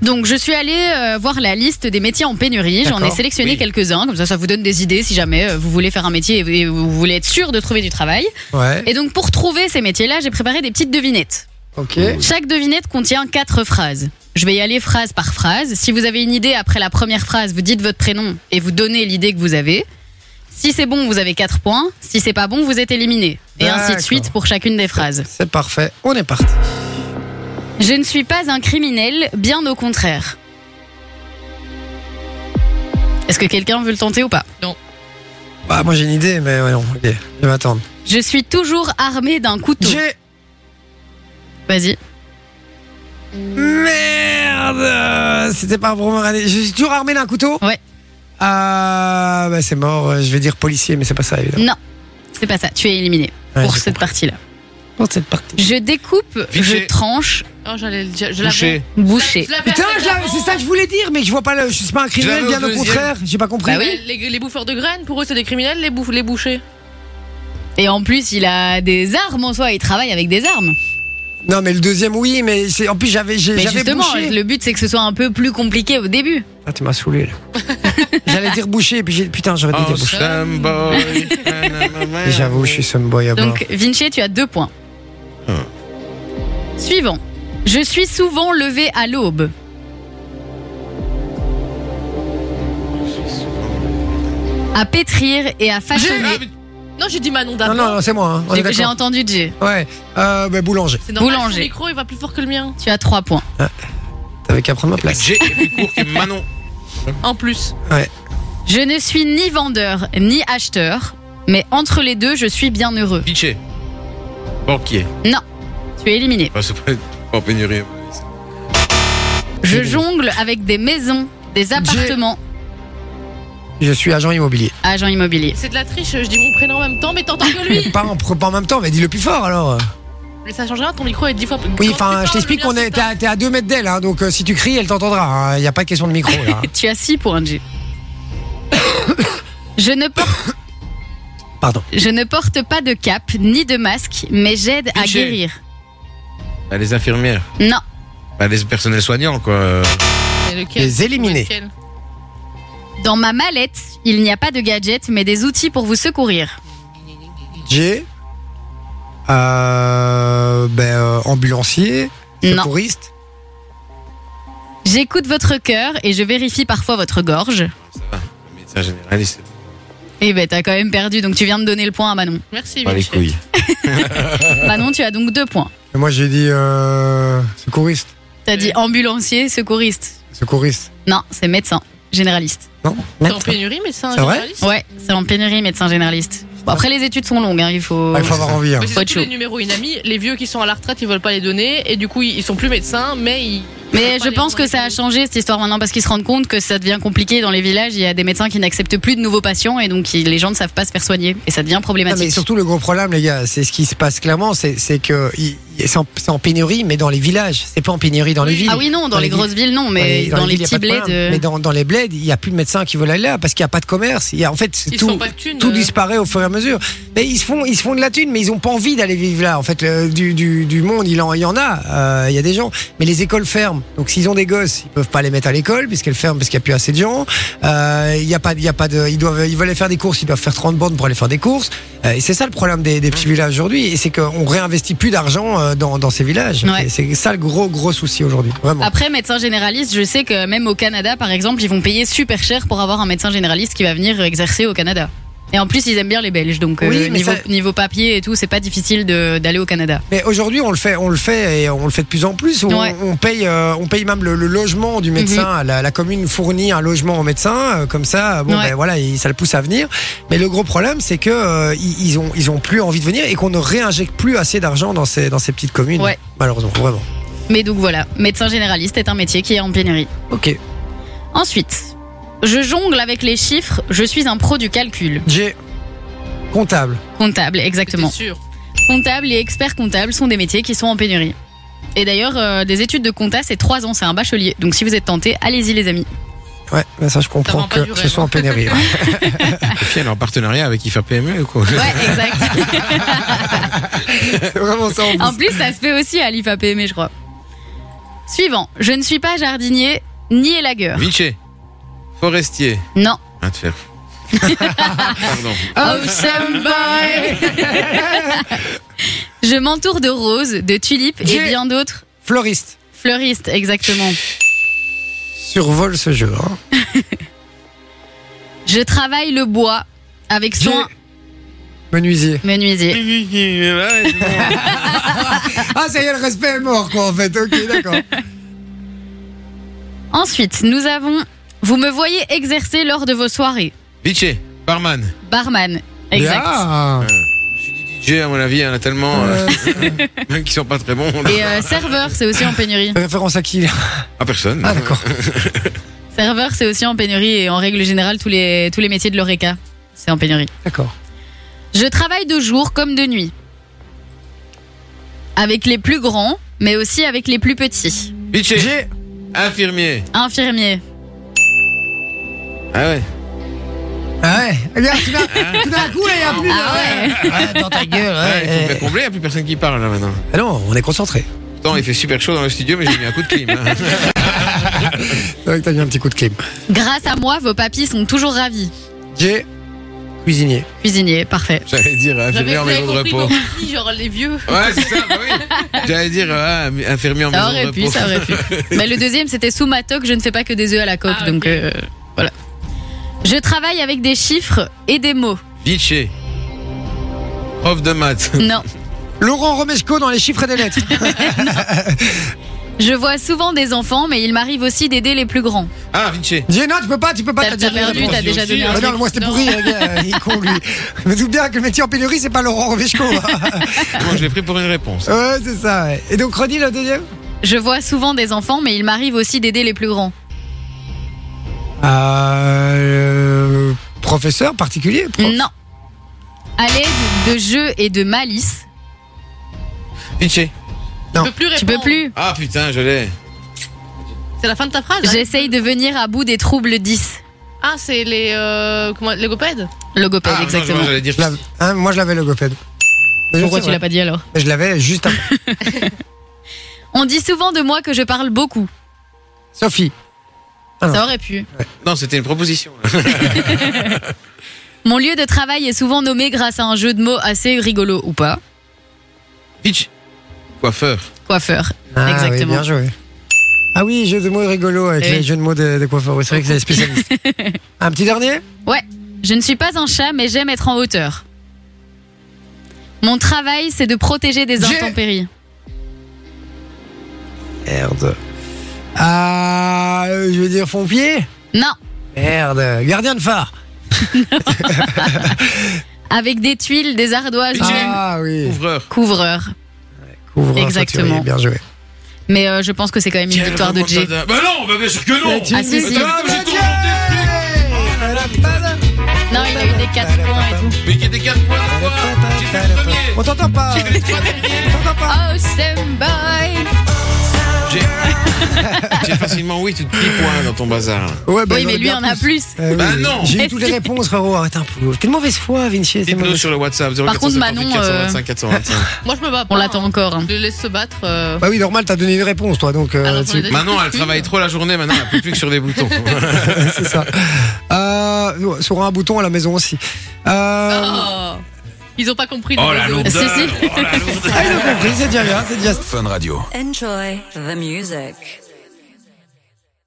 Donc, je suis allée euh, voir la liste des métiers en pénurie. J'en ai D'accord, sélectionné oui. quelques-uns. Comme ça, ça vous donne des idées si jamais euh, vous voulez faire un métier et- et vous voulez être sûr de trouver du travail. Ouais. Et donc, pour trouver ces métiers-là, j'ai préparé des petites devinettes. Ok. Chaque devinette contient quatre phrases. Je vais y aller phrase par phrase. Si vous avez une idée après la première phrase, vous dites votre prénom et vous donnez l'idée que vous avez. Si c'est bon, vous avez quatre points. Si c'est pas bon, vous êtes éliminé. Et ainsi de D'accord. suite pour chacune des phrases. C'est parfait. On est parti. Je ne suis pas un criminel, bien au contraire. Est-ce que quelqu'un veut le tenter ou pas Bah, moi j'ai une idée, mais ouais, non. ok. Je vais attendre. Je suis toujours armé d'un couteau. J'ai. Vas-y. Merde C'était pas pour me râler. Je suis toujours armé d'un couteau Ouais. Ah, bah c'est mort. Je vais dire policier, mais c'est pas ça, évidemment. Non, c'est pas ça. Tu es éliminé Ouais, pour j'ai cette partie-là. Dans cette partie. Je découpe, Fiché. je tranche, Oh, j'allais le dire. Je Touché. l'avais. boucher. Je l'avais Putain, fait je l'avais- avant. c'est ça que je voulais dire, mais je vois pas le. Je suis pas un criminel, l'avais au bien au deuxième. contraire. J'ai pas compris. Bah oui. Les, les bouffeurs de graines, pour eux, c'est des criminels, les, bouff- les bouchers. Et en plus, il a des armes en soi, il travaille avec des armes. Non, mais le deuxième, oui, mais c'est- en plus j'avais j'ai- Mais j'avais justement, bouché. le but c'est que ce soit un peu plus compliqué au début. Ah, tu m'as saoulé là. J'allais dire bouché, et puis j'ai. Putain, j'aurais dû Oh, dire bouché. some boy. Et J'avoue, je suis someboy à bord. Donc, Vinci, tu as deux points. Suivant. Je suis souvent levé à l'aube. À pétrir et à Ah, façonner. mais- Non, j'ai dit Manon Non, d'avant. non, non, c'est moi, hein. on est J'ai- J'ai d'accord. entendu J. Ouais, euh, bah, boulanger. C'est normal, Boulanger. son micro, il va plus fort que le mien. Tu as trois points. T'avais qu'à prendre ma place. J'ai plus court que Manon. En plus. Je ne suis ni vendeur ni acheteur, mais entre les deux, je suis bien heureux. Pitché. Banquier. Tu es éliminé. Enfin, c'est pas en pénurie. Je jongle avec des maisons, des appartements, Je suis agent immobilier. agent immobilier. C'est de la triche, je dis mon prénom en même temps, mais t'entends que lui. Pas en, pas en même temps, mais dis-le plus fort alors. mais ça change rien, ton micro est dix fois plus. Oui, Quand tu enfin, parles, je t'explique le qu'on mien, est, c'est t'es tard. à- t'es à 2 mètres d'elle, hein, donc euh, si tu cries, elle t'entendra. hein. Il n'y a pas de question de micro là. hein. Tu as 6 pour un G. Je ne, porte, Pardon. je ne porte pas de cape ni de masque, mais j'aide à Michel. guérir. Bah, les infirmières. Non, Bah, les personnels soignants, quoi. C'est lequel Les éliminer. Lequel dans ma mallette, il n'y a pas de gadgets, mais des outils pour vous secourir. J'ai. Euh, ben, euh, ambulancier, Non. secouriste. J'écoute votre cœur et je vérifie parfois votre gorge. Ça va. Le médecin généraliste. Eh ben, t'as quand même perdu, donc tu viens de donner le point à Manon. Merci, Pas les Michel. couilles. Manon, tu as donc deux points. Et moi j'ai dit euh, secouriste. T'as dit ambulancier, secouriste. Secouriste. Non, c'est médecin, généraliste. Non T'es en pénurie, mais c'est un C'est vrai généraliste. Ouais, c'est en pénurie, médecin généraliste. Bon, après, les études sont longues, hein, il faut. Ah, Il faut avoir envie. hein. Mais Faut c'est être surtout les chaud. numéros inamis, les vieux qui sont à la retraite, ils veulent pas les donner, et du coup, ils ils sont plus médecins, mais ils. Mais ils je veulent pas pense les que ça a rendre changé cette histoire maintenant parce qu'ils se rendent compte que ça devient compliqué dans les villages. Il y a des médecins qui n'acceptent plus de nouveaux patients et donc ils- les gens ne savent pas se faire soigner. Et ça devient Non, mais problématique. surtout le gros problème, les gars, c'est ce qui se passe clairement, c'est c'est que il- il- c'est en, c'est en pénurie, mais dans les villages. C'est pas en pénurie dans les villes. ah oui, non, dans, Dans les, les grosses villes, non, mais Ouais, dans, les, villes, y a petits pas de bleds. problème. euh, Mais dans, dans les bleds, il n'y a plus de médecins qui veulent aller là parce qu'il n'y a pas de commerce. Il y a, en fait, Ils se tout, font pas de thunes, tout euh. disparaît au fur et à mesure. Mais ils se font, ils se font de la thune, mais ils n'ont pas envie d'aller vivre là. En fait, le- du, du, du monde, il, en, il y en a. Euh, Il y a des gens. Mais les écoles ferment. Donc s'ils ont des gosses, ils peuvent pas les mettre à l'école puisqu'elles ferment parce qu'il n'y a plus assez de gens. Euh, Il y a pas, il y a pas de, ils doivent, ils veulent aller faire des courses, ils doivent faire 30 bornes pour aller faire des courses. Euh, et c'est ça le problème des, des petits villages aujourd'hui. Et c'est qu'on réinvestit plus d'argent euh, dans, dans ces villages. Ouais. Et C'est ça le gros, gros souci aujourd'hui. Vraiment. Après, médecin généraliste, je sais que même au Canada, par exemple, ils vont payer super cher pour avoir un médecin généraliste qui va venir exercer au Canada. Et en plus, ils aiment bien les Belges, donc euh, Oui, mais niveau, ça- niveau papier et tout, c'est pas difficile de- d'aller au Canada. Mais aujourd'hui, on le fait, on le fait et on le fait de plus en plus. On, Ouais. on paye, euh, on paye même le, le logement du médecin. la, la commune fournit un logement au médecin, euh, comme ça, bon, Ouais. ben, voilà, il- ça le pousse à venir. Mais le gros problème, c'est que euh, ils, ils ont, ils ont plus envie de venir et qu'on ne réinjecte plus assez d'argent dans ces, dans ces petites communes. Ouais. Malheureusement, vraiment. Mais donc voilà, médecin généraliste est un métier qui est en pénurie. Ok. Ensuite, je jongle avec les chiffres, je suis un pro du calcul. J'ai comptable. Comptable, C'était exactement. sûr. Comptable et expert comptable sont des métiers qui sont en pénurie. Et d'ailleurs, euh, des études de compta, c'est 3 ans, c'est un bachelier. Donc si vous êtes tenté, allez-y les amis. Ouais, ben ça je comprends vend pas que du ce rêve, soit en pénurie. Et puis, elle est en partenariat avec IFA PME ou quoi Ouais, exact. C'est vraiment ça. en plus. en plus, ça se fait aussi à l'IFAPM, je crois. Suivant, je ne suis pas jardinier ni élagueur. Vinci. Forestier. Non. Ah, de faire. Pardon. Oh, Je m'entoure de roses, de tulipes et J'ai- bien d'autres. Floriste, Fleuriste, exactement. survole ce jeu. hein. Je travaille le bois avec J'ai- soin. Menuisier. Menuisier. Ouais, c'est bon. Ah, ça y est, le respect est mort, quoi, en fait. Ok, d'accord. Ensuite, nous avons. Vous me voyez exercer lors de vos soirées. Vinci. Barman. Barman. Exact. Bien. DJ, à mon avis, il y en a tellement euh, Euh, même qui sont pas très bons. Et euh, serveur, c'est aussi en pénurie. référence à qui là À personne. Ah, d'accord. Serveur, c'est aussi en pénurie et en règle générale, tous les, tous les métiers de l'ORECA, c'est en pénurie. D'accord. Je travaille de jour comme de nuit. Avec les plus grands, mais aussi avec les plus petits. Vinci. Infirmier. Infirmier. Ah ouais. Ah ouais, regarde, tout d'un- tout d'un coup, là, il y a plus de. Ah ouais. Ah, dans ta gueule, Ah, il faut bien ouais. combler, il n'y a plus personne qui parle là maintenant. Ah non, on est concentré. Pourtant, il fait super chaud dans le studio, mais j'ai mis un coup de clim. hein. C'est vrai que t'as mis un petit coup de clim. Grâce à moi, vos papis sont toujours ravis. J'ai cuisinier. Cuisinier, parfait. J'allais dire J'avais infirmier en vous avez maison de compris repos. comment on dit, genre les vieux. Ouais, c'est ça, bah oui. J'allais dire ah, infirmier en Ça maison de aurait repos. pu, ça aurait pu. Mais le deuxième, c'était sous ma toque, je ne fais pas que des œufs à la coque, Ah, donc ok. euh, voilà. Je travaille avec des chiffres et des mots. Vichy. Prof de maths. Non. Laurent Romesco dans les chiffres et des lettres. Je vois souvent des enfants, mais il m'arrive aussi d'aider les plus grands. Ah, Vinci. J'ai non, tu peux pas, tu peux pas. T'as- Oh, déjà t'as donné la perdu, réponse. t'as déjà donné Ah un non, moi c'était Non. pourri, le gars, il est con lui. Je me doute bien que le métier en pénurie, c'est pas Laurent Romesco. hein. Moi, je l'ai pris pour une réponse. ouais, c'est ça, ouais. Et donc, redis le deuxième Je vois souvent des enfants, mais il m'arrive aussi d'aider les plus grands. euh, Professeur particulier prof. Non. À l'aide de jeux et de malice, Vinci. Non. Tu peux plus tu répondre. peux plus. Ah, putain, je l'ai. C'est la fin de ta phrase. hein J'essaye de venir à bout des troubles 10. Ah, c'est les euh, comment logopèdes. Logopède, Ah, exactement. non, J'allais dire Je l'avais- hein, moi, je l'avais logopède. Mais je Pourquoi sais tu l'as pas dit alors pas. Je l'avais juste avant. On dit souvent de moi que je parle beaucoup. Sophie. Ah. Ça aurait pu. Non, c'était une proposition. Mon lieu de travail est souvent nommé grâce à un jeu de mots assez rigolo ou pas. Vinci. Coiffeur. Coiffeur. Ah, oui, Exactement. bien joué. Ah oui, jeu de mots rigolo avec Eh les oui. jeux de mots de, de coiffeur. Oui, C'est vrai que c'est spécialiste. un petit dernier Je ne suis pas un chat, mais j'aime être en hauteur. Mon travail, c'est de protéger des J'ai- intempéries. Merde. Ah, euh, je veux dire pompier Non, Merde. Gardien de phare. avec des tuiles, des ardoises, J'ai- ou même Ah oui. Ouvreur. couvreur. Couvreur, Exactement. ceinturé, Bien joué. Mais euh, je pense que c'est quand même une victoire de Jay. Bah non, bah bien sûr que non. Ah, si, si. Attends, j'ai tout On Non, il a eu des 4 points et tout. Mais qu'il y a des 4 points de fois. J'ai fait le premier. On t'entend pas. On t'entend pas. Awesome boy J'ai- J'ai facilement oui, tout 10 points dans ton bazar. Ouais, bah, Oui, il mais lui aurait bien en a plus. Eh oui, Bah non. J'ai eu toutes les réponses, frérot. Arrête un peu. T'es de mauvaise foi, Vinci. c'est Dites-nous mauvais. sur le WhatsApp. Par contre, 0478 Manon, euh, 425 425. Moi, je me bats pas. On l'attend hein. encore. hein. Je le laisse se battre. euh, Bah oui, normal, t'as donné une réponse, toi. Donc, euh, alors tu- qu'on est Manon, elle détective. travaille trop la journée. Maintenant, elle ne peut plus que sur des boutons. c'est ça. Euh, sur un bouton à la maison aussi. Euh, Oh. Ils ont pas compris. Oh le la réseau. lourdeur. Si, si. Oh la lourdeur. Ah, il a compris, c'est déjà bien, c'est déjà Enjoy the music.